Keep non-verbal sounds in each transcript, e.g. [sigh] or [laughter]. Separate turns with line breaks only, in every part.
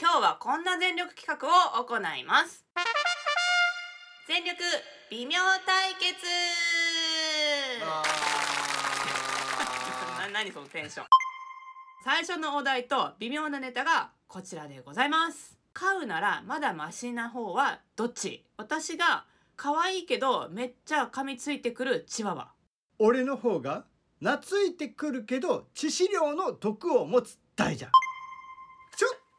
今日はこんな全力企画を行います全力微妙対決な何そのテンション最初のお題と微妙なネタがこちらでございます飼うならまだマシな方はどっち私が可愛いけどめっちゃ噛みついてくるチワワ
俺の方が懐いてくるけど致死量の毒を持つ大蛇ちょっ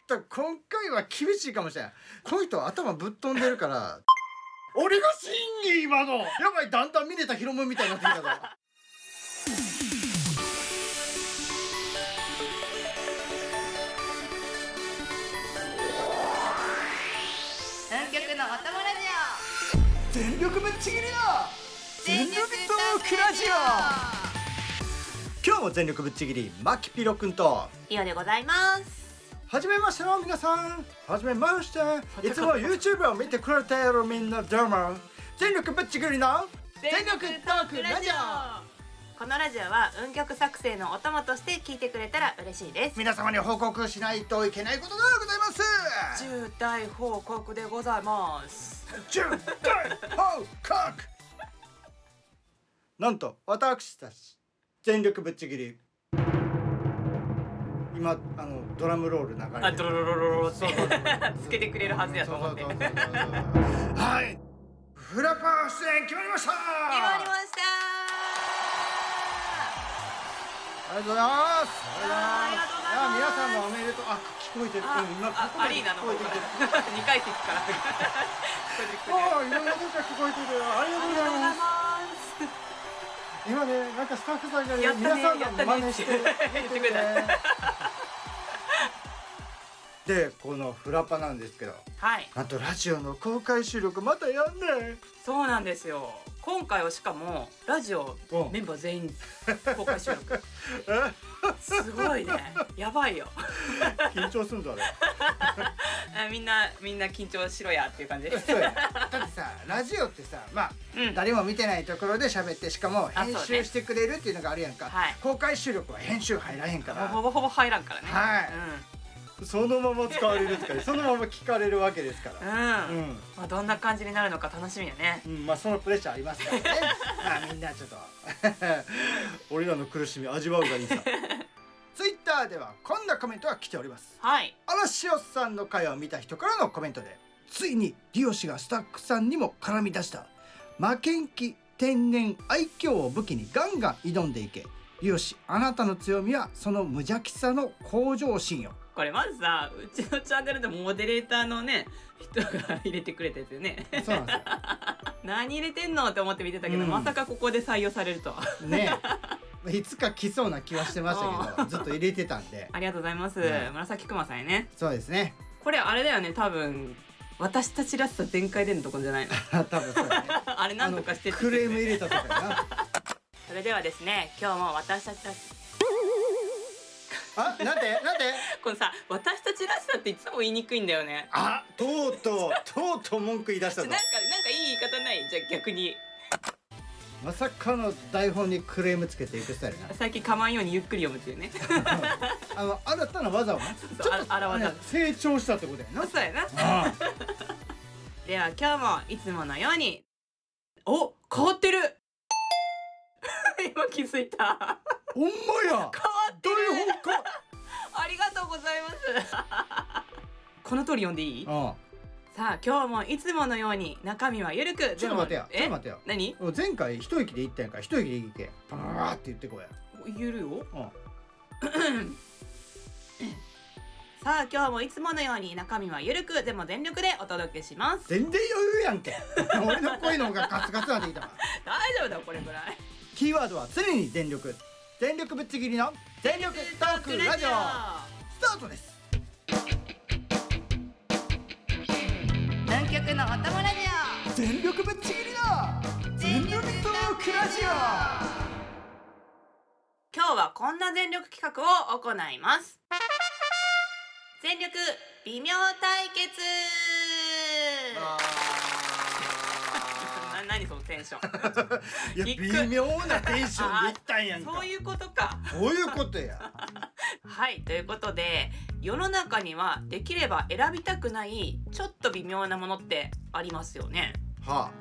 と今回は厳しいかもしれないこの人頭ぶっ飛んでるから俺が真に今のやばいだんだんミネタヒロムみたいになってきたぞ
南極のお供ラジ
全力ぶっちぎりだ
オ
全力トークラジオ今日も全力ぶっちぎりマキピロくんと
イオでございます
はじめましての皆さんはじめましていつも YouTube を見てくれているみんなどうも全力ぶっちぎりの
このラジオは運曲作成のお供として聞いてくれたら嬉しいです
皆様に報告しないといけないことがございます
重大報告でございます
重大報告なんと私たち全力ぶっちぎり今あのドラムロール流れてる
あドロロロロロって
そうそうそう
つけてくれるはずやと思って
そうそうそうそうはいフラパー出演決まりまし
決
た
まりま
あ
した
りがとうございます
あーありがとうございます
や皆さんもおめでとうあ聞こえてる
あ
うん今
あア
ここまで
リーナの方
聞こえ
か
てきてる
ら二回席からこれでこれで
ああいろんなことが聞こえてるありがとうございます今ねなんかスタッフさんがね
やったね
皆さんの真似して
やったねって
やって
言ってくれた
ねでこのフラパなんですけど
はい
なんとラジオの公開収録またやんね
そうなんですよ今回はしかもラジオ
うん
メンバー全員公開収
[laughs]
録すごいねやばいよ [laughs]
緊張すんだあれ
あみんなみんな緊張しろやっていう感じ
[laughs]
です
そうやだってさラジオってさまあ
うん
誰も見てないところで喋ってしかも
あ
編
そうね
集してくれるっていうのがあるやんか、
はい
公開収録は編集入らへんか
ほ
ら
ぼほぼ入らんからね
はいそのまま使われるとかねそのまま聞かれるわけですか
うん、
ら
うん
うん、
まあ、どんな感じになるのか楽しみやね
うん、まあそのプレッシャーあります [laughs] からねまあみんなちょっと [laughs] 俺らの苦しみ味わうがいいさ [laughs] ツイッターではこんなコメントが来ております
はい
嵐尾さんの回を見た人からのコメントでついにリオ氏がスタッフさんにも絡み出した負けん気天然愛嬌を武器にガンガン挑んでいけリオ氏あなたの強みはその無邪気さの向上心よ
これまずさうちのチャンネルでもモデレーターのね人が入れてくれたやつよね [laughs]
そうなんで
何入れてんのって思って見てたけど、
うん
まさかここで採用されるとは
すよねえいつか来そうな気はしてましたけどずっと入れてたんで
ありがとうございます、
ね
紫くまさんやね
そうです [laughs] ね
これあれだよね多分私たちらしさ全開でのとこじゃないの
多分そうだね
[laughs] あれなんとかして
あ
って
の
言
ク
って
レー
た
ム
よね
入れたとかやな
それではですね今日も私たちらし
あなんでなんで
このさ私たちらしさっていつも言いにくいんだよね
あとうとうとうとう文句言い出した
なんかな
ぞ
んかいい言い方ないじゃあ逆に
まさかの台本にクレームつけていくスタイ [laughs] ルな
最近構わんようにゆっくり読むっていうね
あの新たな技をね
[laughs] そうああらわざ
ね成長したってことやな
そうやな
ああ
では今日もいつものようにお変わってる [laughs] 今気づいた変わ
ほんまや
って
どう
る
いう方向
ありがとうございます [laughs] この通り読んでいい
あ
さあ今日もいつものように中身はゆるく
あちょっと待てよちょっ
え
と待てよ
何
前回一息で行ったやんか一息で行けバーって言ってこいや
ゆるよ
うん
さあ今日もいつものように中身はゆるくでも全力でお届けします
全然余裕やんけ [laughs] 俺の声の方がカツカツなってきたわ
大丈夫だこれぐらい
キーワードは常に全力全力ぶっちぎりの全力トークラジオスタートです
南極のお供ラジ
全力ぶっちぎりの全力トークラジオ
オ今日はこんな全力企画を行います全力微妙対決
[laughs]
な何そのテンション
いや
びっくり
微妙なテンションでいったんやんか
そういうことか
そういうことや
はいということで世の中にはできれば選びたくないちょっと微妙なものってありますよね
は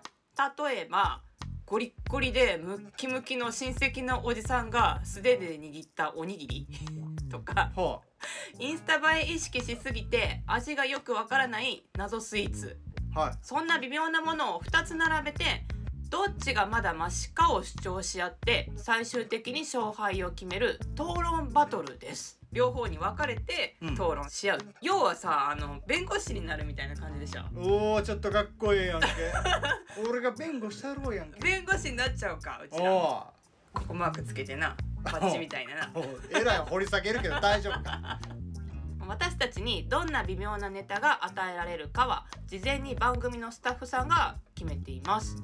例えばゴリッゴリでムッキムキの親戚のおじさんが素手で握ったおにぎりとか
あは
インスタ映え意識しすぎて味がよくわからない謎スイーツ
あはい
そんな微妙なものを2つ並べてどっちがまだマシかを主張し合って最終的に勝敗を決める討論バトルです両方に分かれて
うん
討論し合う、要はさあの弁護士になるみたいな感じでしょ
おおちょっとかっこええやんけ俺が弁護したろうやんけ
弁護士になっちゃうかう
お
ちらこ
ー
こマークつけてなバッチみたいなな
おーえらい掘り下げるけど大丈夫か
私たちにどんな微妙なネタが与えられるかは事前に番組のスタッフさんが決めています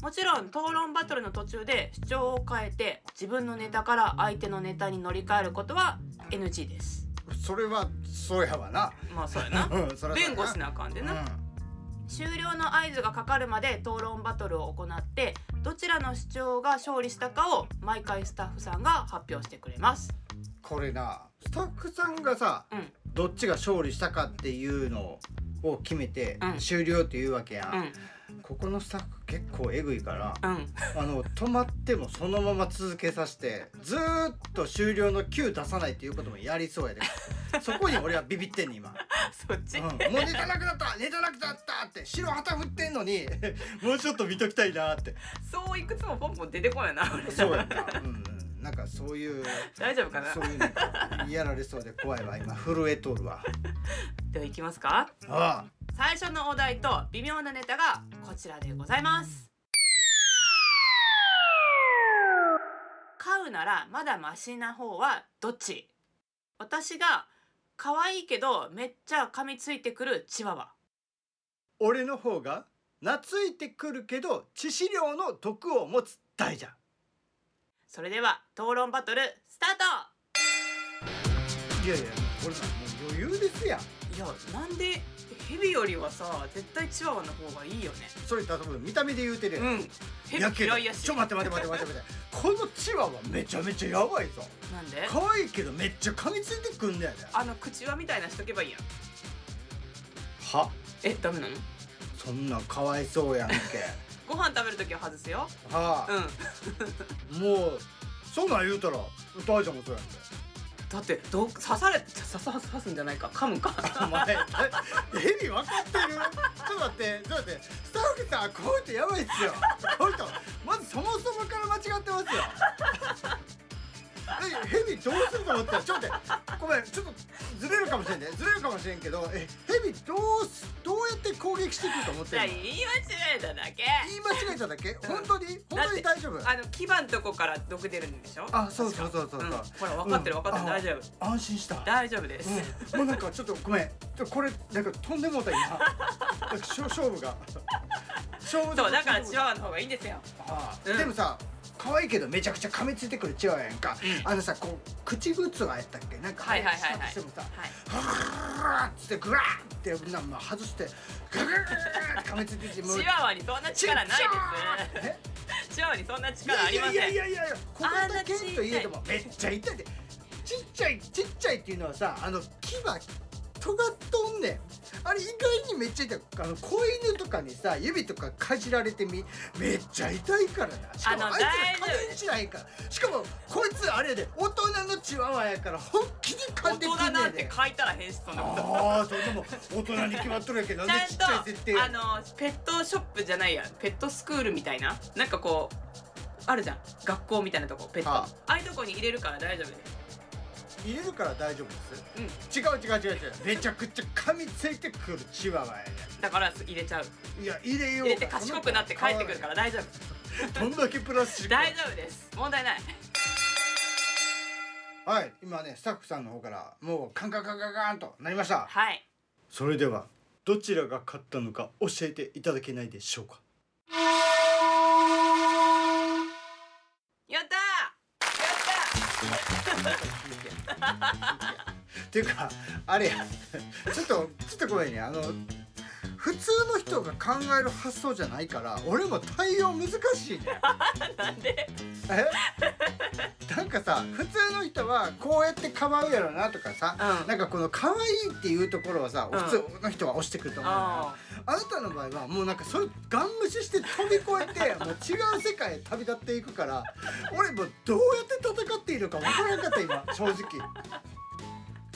もちろん討論バトルの途中で主張を変えて自分のネタから相手のネタに乗り換えることは NG です
それはそうやわな
まあそうやな
うん [laughs] そりゃそうや
弁護士なあかんでな、終了の合図がかかるまで討論バトルを行ってどちらの主張が勝利したかを毎回スタッフさんが発表してくれます
これなスタッフさんがさ
うん
どっちが勝利したかっていうのを決めて
うん
終了っていうわけや、
うんん
ここのスタッフ結構えぐいから
うん
あの止まってもそのまま続けさせてずーっと終了の9出さないっていうこともやりそうや [laughs] でそこに俺はビビってんねん [laughs] 今、
そっち、
うん、もうネタなくなったネタなくなったって白旗振ってんのに [laughs] もうちょっと見ときたいなって
そういくつもポンポン出てこないな俺
そうやんか、うんうん、なんかそういう
大丈夫かな
そういうなんかやられそうで怖いわ今震えとるわ
では行きますか
あ
最初のお題と微妙なネタがこちらでございます飼うならまだマシな方はどっち私が可愛いけどめっちゃ噛みついてくるチワワ
俺の方が懐いてくるけど致死量の毒を持つ大蛇
それでは討論バトルスター
いやいや俺なんかもう余裕ですやん
トいやなんでヘビよりはさ絶対チワワの方がいいよね
それ多分見た目で言うてるやん
うんヘ
やけ
ビ
ど
嫌いやし
ちょ待って待って待って待って待ってこのチワワめちゃめちゃやばいぞ
なんで
可愛いけどめっちゃ噛みついてくんねやで
あの口輪みたいなしとけばいいやん
は
えダメなの
そんなんかわいそうやんけ
ご飯食べるときは外すよ
はあ、
うん
もうそんなん言うたら大蛇もそうやんけ
だってどう刺され刺さ刺すんじゃないか噛む [laughs] か
お前え意味分かってるちょっと待ってちょっと待ってスタッフさんこういう人やばいっすよこういう人まずそもそもから間違ってますよえヘビどうすると思ってたちょっと待ってごめんちょっとずれるかもしれんねずれるかもしれんけどえヘビどうすどうやって攻撃してくると思ってるの
言い
言い
間違えただけ
間違えただけ本当に本当に大丈夫
あの牙のとこから毒出るんでしょ
あそうそうそうそう
う
そ
ん
う、
ほら分かってる
うん
分かってる大丈
あ
夫
安心した
大丈夫です
うん、もうなんかちょっとごめんちょこれなんかとんでもうた今なんかしょ勝負が勝負
そうだからチワ
う、
ワの方がいいんですよ
ああ
うん
でもさ可愛いけどめちゃくちゃ噛みついてくるチワワやんか、あのさこう口ぐつはやったっけなんか
はいはいはいはい
したとしてもさ
はい
グワーッつってグワーッってなんか外してググーって噛みついてきてもう
チワワにそんな力ないで
え
すチワワにそんな力あ
い
りません
やいやいやいやいやここだけといえどもめっちゃ痛いでちっちゃいちっちゃいっていうのはさあの牙尖っとんねんあれ意外にめっちゃ痛いあの子犬とかにさ指とかかじられてみめっちゃ痛いからなしかも
あ
あ
の大丈
いつら
夫
加減しないからしかもこいつあれやで大人のチワワやから本気に噛
大
んでくん
人な
ね
ん
んで
て書いたら変質そんなこと
ああそうでも大人に決まっとるやけど
ち
なん
ゃ
でちっちゃい設
ん
定
とあのペットショップじゃないやペットスクールみたいななんかこうあるじゃん学校みたいなとこペット
は
あ
あ
あいうとこに入れるから大丈夫です
入れるから大丈夫で
う
す
ん
違う違う違う違うめちゃくちゃ噛みついてくるチワワやね
だから入れちゃう
いや入れよう
入れて賢くなって帰ってくるから大丈夫
どんだけプラスチック
大丈夫です問題ない
はい今ねスタッフさんの方からもうカンカンカンカンカンとなりました
はい
それではどちらが勝ったのか教えていただけないでしょうか
やった
[laughs] っていうかあれやちょっとちょっとごめんねあの二普通の人が考える発想じゃないから俺も対応難しいね
なんで
え [laughs] なんかさ普通の人はこうやって構うやろなとかさ、
うん
なんかこの可愛いっていうところはさ、
うん
普通の人は押してくると思うのよ
あ
あなたの場合はもうなんかそれガン無視して飛び越
[laughs]
えてもう違う世界へ旅立っていくから俺もうどうやって戦っていいのか分からなかった今正直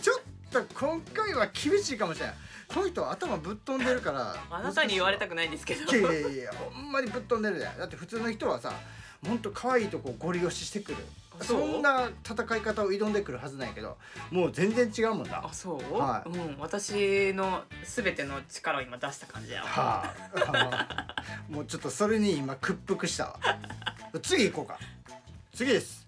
ちょっと今回は厳しいかもしれないこの人頭ぶっ飛んでるから
ああなたに言われた
く
くないんですけど
いやいやいやほんまにぶっ飛んでるでだって普通の人はさほんと可愛いとこゴリ押ししてくる
あ
そ
そうん
な戦い方を挑んでくるはずなんやけどもう全然違うもんな
あそう、
はい
うん私のすべての力を今出した感じやわ
はあ、 [laughs] もうちょっとそれに今屈服したわ次行こうか次です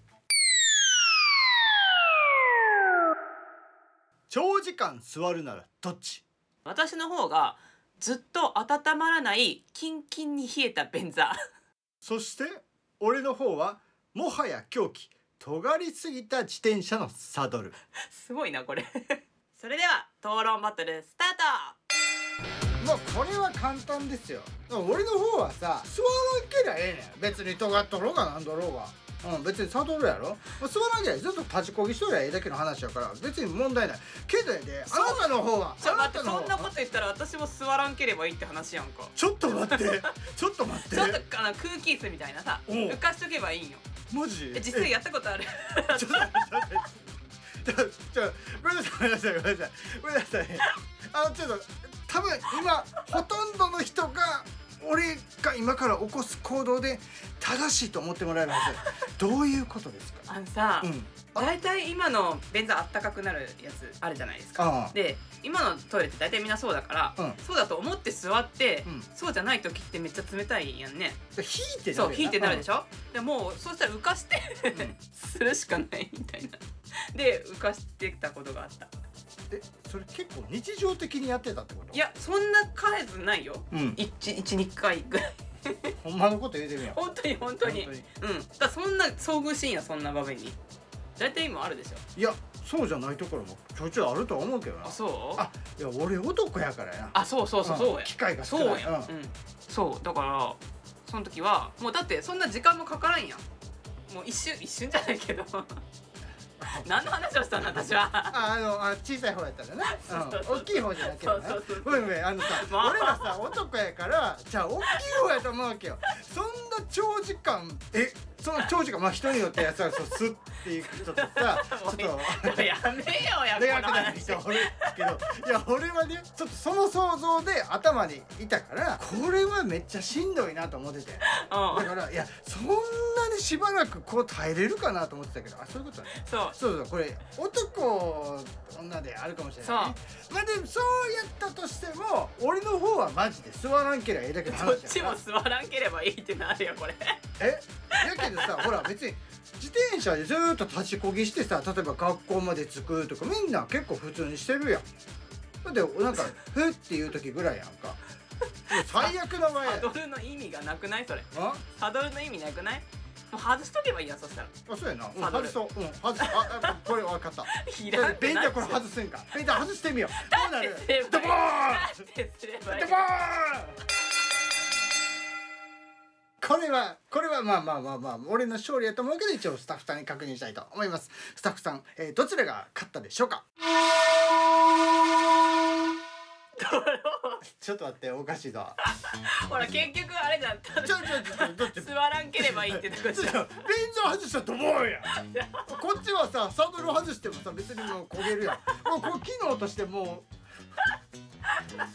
長時間座るならどっち
私の方がずっと温まらないキンキンに冷えた便座 [laughs]
そして俺の方はもはや狂気尖りすぎた自転車のサドル
すごいなこれ [laughs] それでは討論バトルスター
まあこれは簡単ですよ俺の方はさ座らんけりゃええねん別に尖っとろうがなんだろうがうん別に悟るやろまあ座らんけりゃずっと立ちこぎしとりゃええだけの話やから別に問題ないけどやで
そ
あなたの方は
トちょっと待
あな
って
たの方
そ
は
んなこと言ったら私も座らんければいいって話やんか
ちょっと
[laughs]
待ってちょっと待って
ちょっとあの空気椅子みたいなさ
おう
浮かしとけばいいんよ
マジ
え実際
え
やったことある
ちょっと待ってちょっとごめんなさいごめんなさいごめんなさいごめんなさいあのちょっと多分今ほとんどの人が俺が今から起こす行動で正しいと思ってもらえるはずどういうことですか
あのさ、
うんあ
大体今の便座あったかくなるやつあるじゃないですか
あ
で今のトイレって大体みんなそうだから、
うん
そうだと思って座って、
うん
そうじゃない時ってめっちゃ冷たいやんね
引いて
そう引いてなるでし
ょ、
ょ、でもうそうしたら浮かして
ん
するしかないみたいなで浮かしてたことがあった
うんえそれ結構日常的にやってたってこと
いやそんな数ないよ
うん
12回ぐらい
ほんまのこと言うてみよう
本当に本当にうんだからそんな遭遇シーンやそんな場面に大体今あるでしょ
いやそうじゃないところもちょいちょいあるとは思うけどな
あそう
あいや俺男やからやな
あそうそうそうそうや、
ん機会が少
そう
ない
やん、うんそうだからその時はもうだってそんな時間もかからんやんもう一瞬一瞬じゃないけ
[laughs]
ど何の話をしたの私は
ああのあ小さい方やったらな、
そうそう
うん、大きい方じゃなければね
そうそうそう
ごめんごめんあのさ、
まあ
俺らさ男やからじゃあ大きい方やと思うわけよそんな長時間えその長時間まあ人によってやつはそうスッていく人とさちょっ
[laughs]
と
もうやめようや
でか
こ
く
の
なる
話
人おるけどいや俺はねちょっとその想像で頭にいたからこれはめっちゃしんどいなと思っててだ
うん
からいやそんなにしばらくこう耐えれるかなと思ってたけどあそういうことね
そう
そうそうこれ男女であるかもしれない、ね、まあでもそうやったとしても俺の方はマジで座らんけりゃええだけの
どっ
話
ち
やか
も
ら
座らんければいいってなるよこれ
えだけどさほら別に自転車でずーっと立ちこぎしてさ例えば学校まで着くとかみんな結構普通にしてるやんだってなんか「ふ」っていう時ぐらいやんか最悪の
[laughs]
前
サ
や
ドルの意味がなくないそれ
あ
サドルの意味なくないもう外しとけばいいやんそしたら
あそうやな、うん、
サド
外
ル
そう、うん、外すああこれ分かった
[laughs] いらんって
ベン
な
チ
る
ャーこれ外すんかベンチャー外してみようど
[laughs]
うなる
すればいい
ドボーン
だってすればいい
これはこれはまあまあまあまあ俺の勝利やと思うけど一応スタッフさんに確認したいと思いますスタッフさん、えーどちらが勝ったでしょうかちょっと待っておかしいぞ
ほら結局あれじゃんただ
ちょちょちょちょだって
座らんければいいってとこ
ちょ
じ
便
ゃん
座外したらドボンやこっちはさサドル外してもさ別にもう焦げるやんもうこう機能としてもう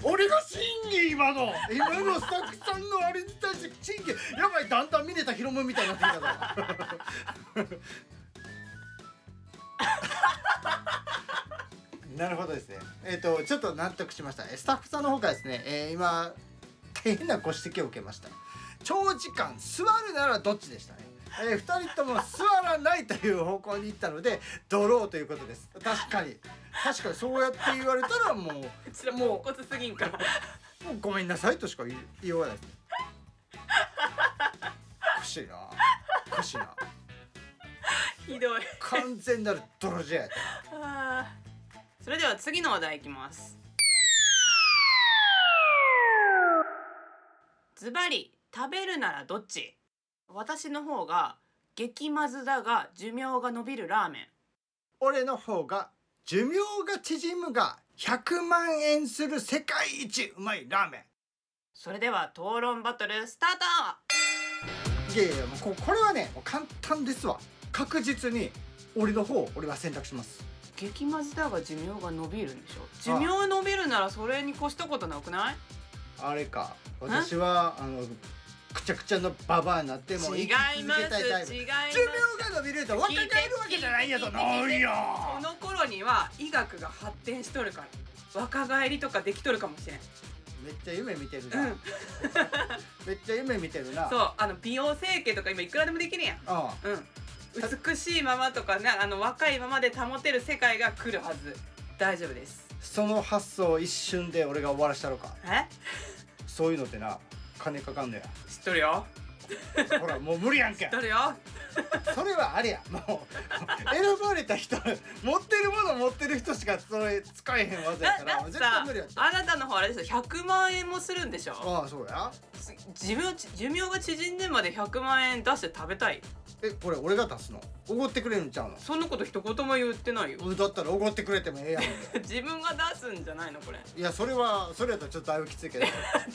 俺が審議今の今のスタッフさんのあれに対して審議やばいだんだん見れたヒロムみたいになってきたからなるほどですねえっ、とちょっと納得しましたえスタッフさんの方からですね、えー今大変なご指摘を受けました長時間座るならどっちでしたね。えー、2人とも座らないという方向に行ったのでドローということです確かに確かにそうやって言われたらもうも
うちらもうポンコツすぎんから
うごめんなさいとしか言い言わないですねおかしいなおかしいな
ひどい
完全なる泥仕合やった
あーそれでは次の話題いきますズバリ食べるならどっち私の方が激まずだが寿命が伸びるラーメン
俺の方が寿命が縮むが100万円する世界一うまいラーメン
それでは討論バトルスタート
いやいやもうここれはねもう簡単ですわ確実に俺の方俺は選択します
激まずだが寿命が伸びるんでしょ寿命伸びるならそれに越したことなくない
あれか私はあのくちゃくちゃのババアになっても
違いま
生き続けたいタイ
す
プ
違います
寿命が伸びると若返るわけじゃないんやぞ
聞いて
なんや
この頃には医学が発展しとるから若返りとかできとるかもしれん
めっちゃ夢見てる
う
な、
ん
[laughs] めっちゃ夢見てるな
そうあの美容整形とか今いくらでもできるやん
あ
うん美しいままとかねあの若いままで保てる世界が来るはず大丈夫です
その発想を一瞬で俺が終わらしたろか
え
そういうのってな金かかんのや
知っとるよ
ほらもう無理やんけ
知っとるよ
それはあれやもう選ばれた人持ってるもの持ってる人しかそれ使えへん技やか
だ
ら
だって
絶
さ
対無理やった
あなたの方あれですよ100万円もするんでしょ
ああそうや
す寿命寿命が縮んでまで100万円出して食べたい
えこれ俺が出すのおごってくれるんちゃうの
そんなこと一言も言ってないよ [laughs]
うんだったらおごってくれてもええやんい
自分が出すんじゃないのこれ [laughs]
やそれはそれやったらちょっとだいぶきついけど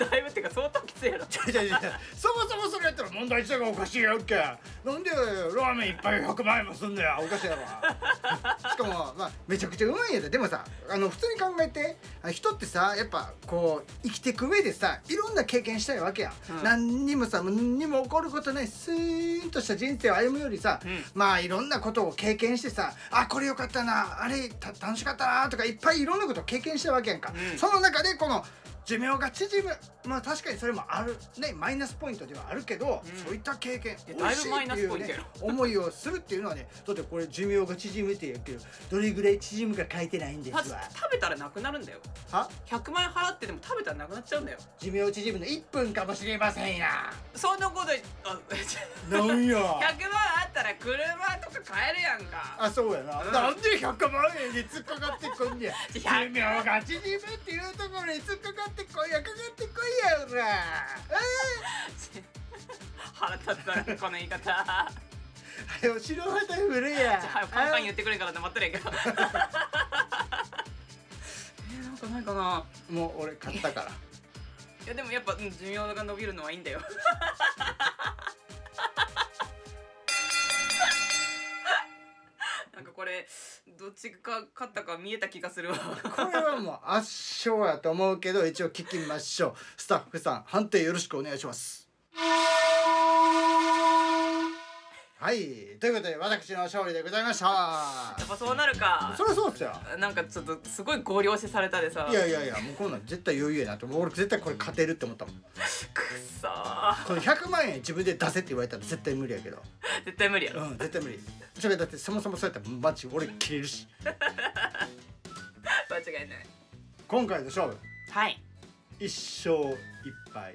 だいぶっていうか相当きついやろ
ちゃいちゃいちゃいそもそもそれやったら問題自体がおかしいやんけなんでラーメンいっぱい100万円もすんだよおかしいやろしかもまあめちゃくちゃうまいんやででもさあの普通に考えてあ人ってさやっぱこう生きてく上でさいろんな経験したいわけや、
うん
ん、何にもさ何にも起こることないスーンとした人生を歩むよりさ、
うん
まあいろんなことを経験してさあこれよかったなあれた楽しかったなとかいっぱいいろんなことを経験したわけやんか、
うん
その中でこの寿命が縮むまあ確かにそれもあるねマイナスポイントではあるけど、
うん
そういった経験
いや
美味し
だ
い
いぶマイ
っ
ナ
て
ス
い
ポ
う
イントや
ね
ろ
思いをするっていうのはねだってこれ寿命が縮むって言うけどどれぐらい縮むか書いてないんです
ま
わ
ず食べたらなくなるんだよ
は
100万円払ってでも食べたらなくなっちゃうんだよ
寿命縮むの1分かもしれませんや
そんなこと言っあ [laughs]
なん
100
や [laughs]
万あったら車とか買えるやんか
あそうやな、
うん
なんで100万円に突っかかってこんねや寿
100
命が縮むっていうところに突っかかってこいやかかってこいやおら
腹立つなこの言い方じゃ
はよ白旗振れや
あ早くカンカン言ってくれんからって待ってる [laughs] やんけどえなんかないかな
もう俺買ったから
いやでもやっぱ、うん、寿命が伸びるのはいいんだよなんかこれどっちか勝ったか見えた気がするわ
これはもう圧勝やと思うけど一応聞きましょうスタッフさん判定よろしくお願いしますはいということで私の勝利でございました
やっぱそうなるか
そりゃそうっすよ
なんかちょっとすごいご了承されたでさ
いやいやいやもうこんなん絶対余裕やなと思う俺絶対これ勝てるって思ったもん
くっそー
この100万円自分で出せって言われたら絶対無理やけど
絶対無理やろ
うん絶対無理それだってそもそもそうやったらマジ俺切れるし
間違いない
今回の勝負
はい
一勝一敗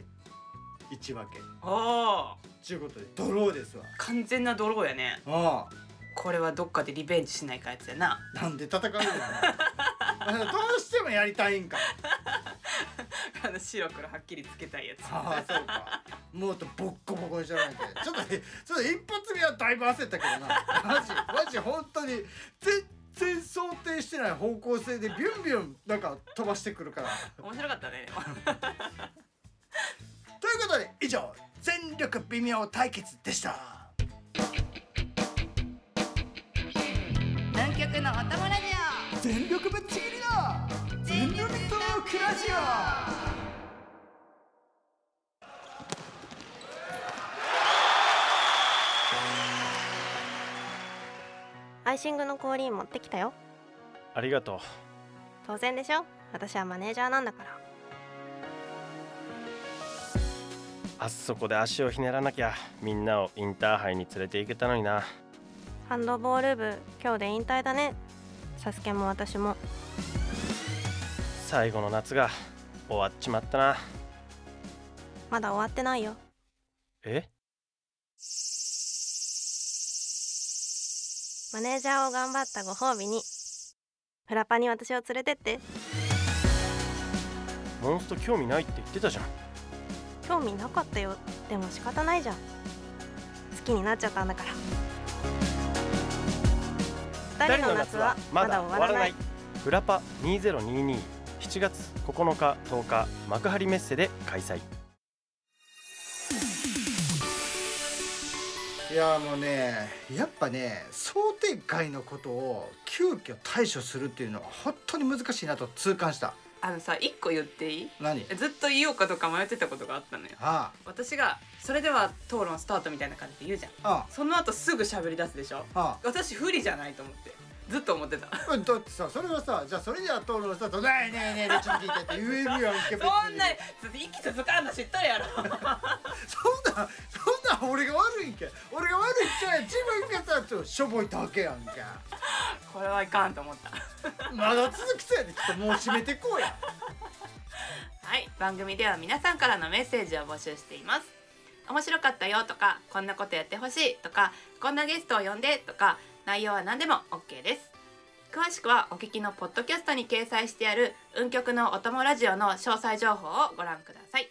一分け
おお
ちゅうことでドローですわ
完全なドローやね
ああ
これはどっかでリベンジしないかやつやな
なんで戦うの [laughs] どうしてもやりたいんか
あの白黒はっきりつけたいやつ
ああそうかもうとボッコボコにしちゃわなきゃちょっとねちょっと一発目はだいぶ焦ったけどなマジマジ本当に全然想定してない方向性でビュンビュンなんか飛ばしてくるから
面白かったねでも
ということで以上全力微妙対決でした
[laughs] 南極のお供ラジオ
全力ぶっちぎりだ全力トークラジ
アイシングの氷持ってきたよ
ありがとう
当然でしょ私はマネージャーなんだから
あそこで足をひねらなきゃみんなをインターハイに連れて行けたのにな
ハンドボール部今日で引退だねサスケも私も
最後の夏が終わっちまったな
まだ終わってないよ
え
マネージャーを頑張ったご褒美にフラパに私を連れてって
モンスト興味ないって言ってたじゃん
興味なかったよでも仕方ないじゃん好きになっちゃったんだから二人の夏はまだ終わらない
フラパ2022 7月9日10日幕張メッセで開催
いやもうねやっぱね想定外のことを急遽対処するっていうのは本当に難しいなと痛感した
あのさ一個言っていい
何
ずっと言おうかとか迷ってたことがあったのよ
あ
私が「それでは討論スタート」みたいな感じで言うじゃん
ああ
その後すぐ喋り出すでしょ
ああ
私不利じゃないと思ってずっと思ってた
あだってさそれはさじゃあそれじゃあ討論したと「ねえねえねえねえちょっと聞いて」って言えるやんけ
そ
別に
んな息続かんの知っとるやろ
そんなそんな俺が悪いんけ俺が悪いっちゃ自分がさちょっとしょぼいだけやんか
[laughs] これはいかんと思った
まだ続きそうやでちょっともう締めてこうや
はい、番組では皆さんからのメッセージを募集しています。面白かったよとか、こんなことやってほしいとか、こんなゲストを呼んでとか、内容は何でも OK です。詳しくはお聞きのポッドキャストに掲載してある運極のお供ラジオの詳細情報をご覧ください。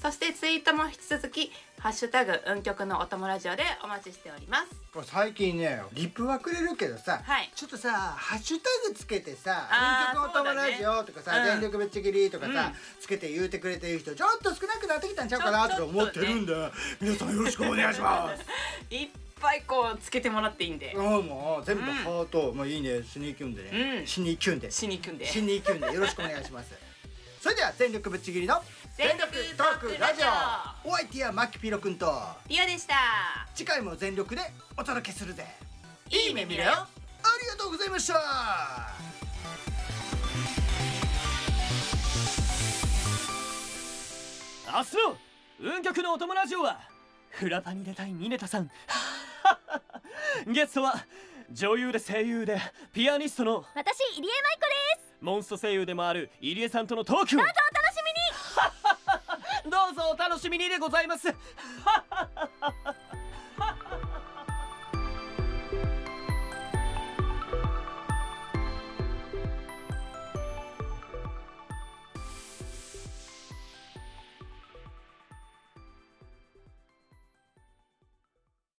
そしてツイートも引き続き、ハッシュタグ運極のお供ラジオでお待ちしております。
これ最近ねリプはくれるけどさ、
はい
ちょっとさハッシュタグつけてさ「
あー
運極お友ラジオ」とかさ、
そうだねうん
全力ぶっちぎり」とかさ、
うん
つけて言うてくれてる人ちょっと少なくなってきたんちゃうかなとか思ってるんで、皆さんよろしくお願いします。
[laughs] いっぱいこうつけてもらっていいんで
あ、ーもう全部
うん
ハート、もういいね死に行くんでね、
うん
死に行くんで
しに行くんで。
死に行くんでよろしくお願いします。それでは全力ぶっちぎりの
全力トークラジ
オお相手はマキピロくんと
リオでした。
次回も全力でお届けするぜ
いい目見ろよ。
ありがとうございました
明日の運極のお供ラジオはフラパに出たいミネタさん [laughs] ゲストは女優で声優でピアニストの
私入江舞子です
モンスト声優でもある入江さんとのトークをどうぞ [laughs] お楽しみにどうぞお楽しみにでございます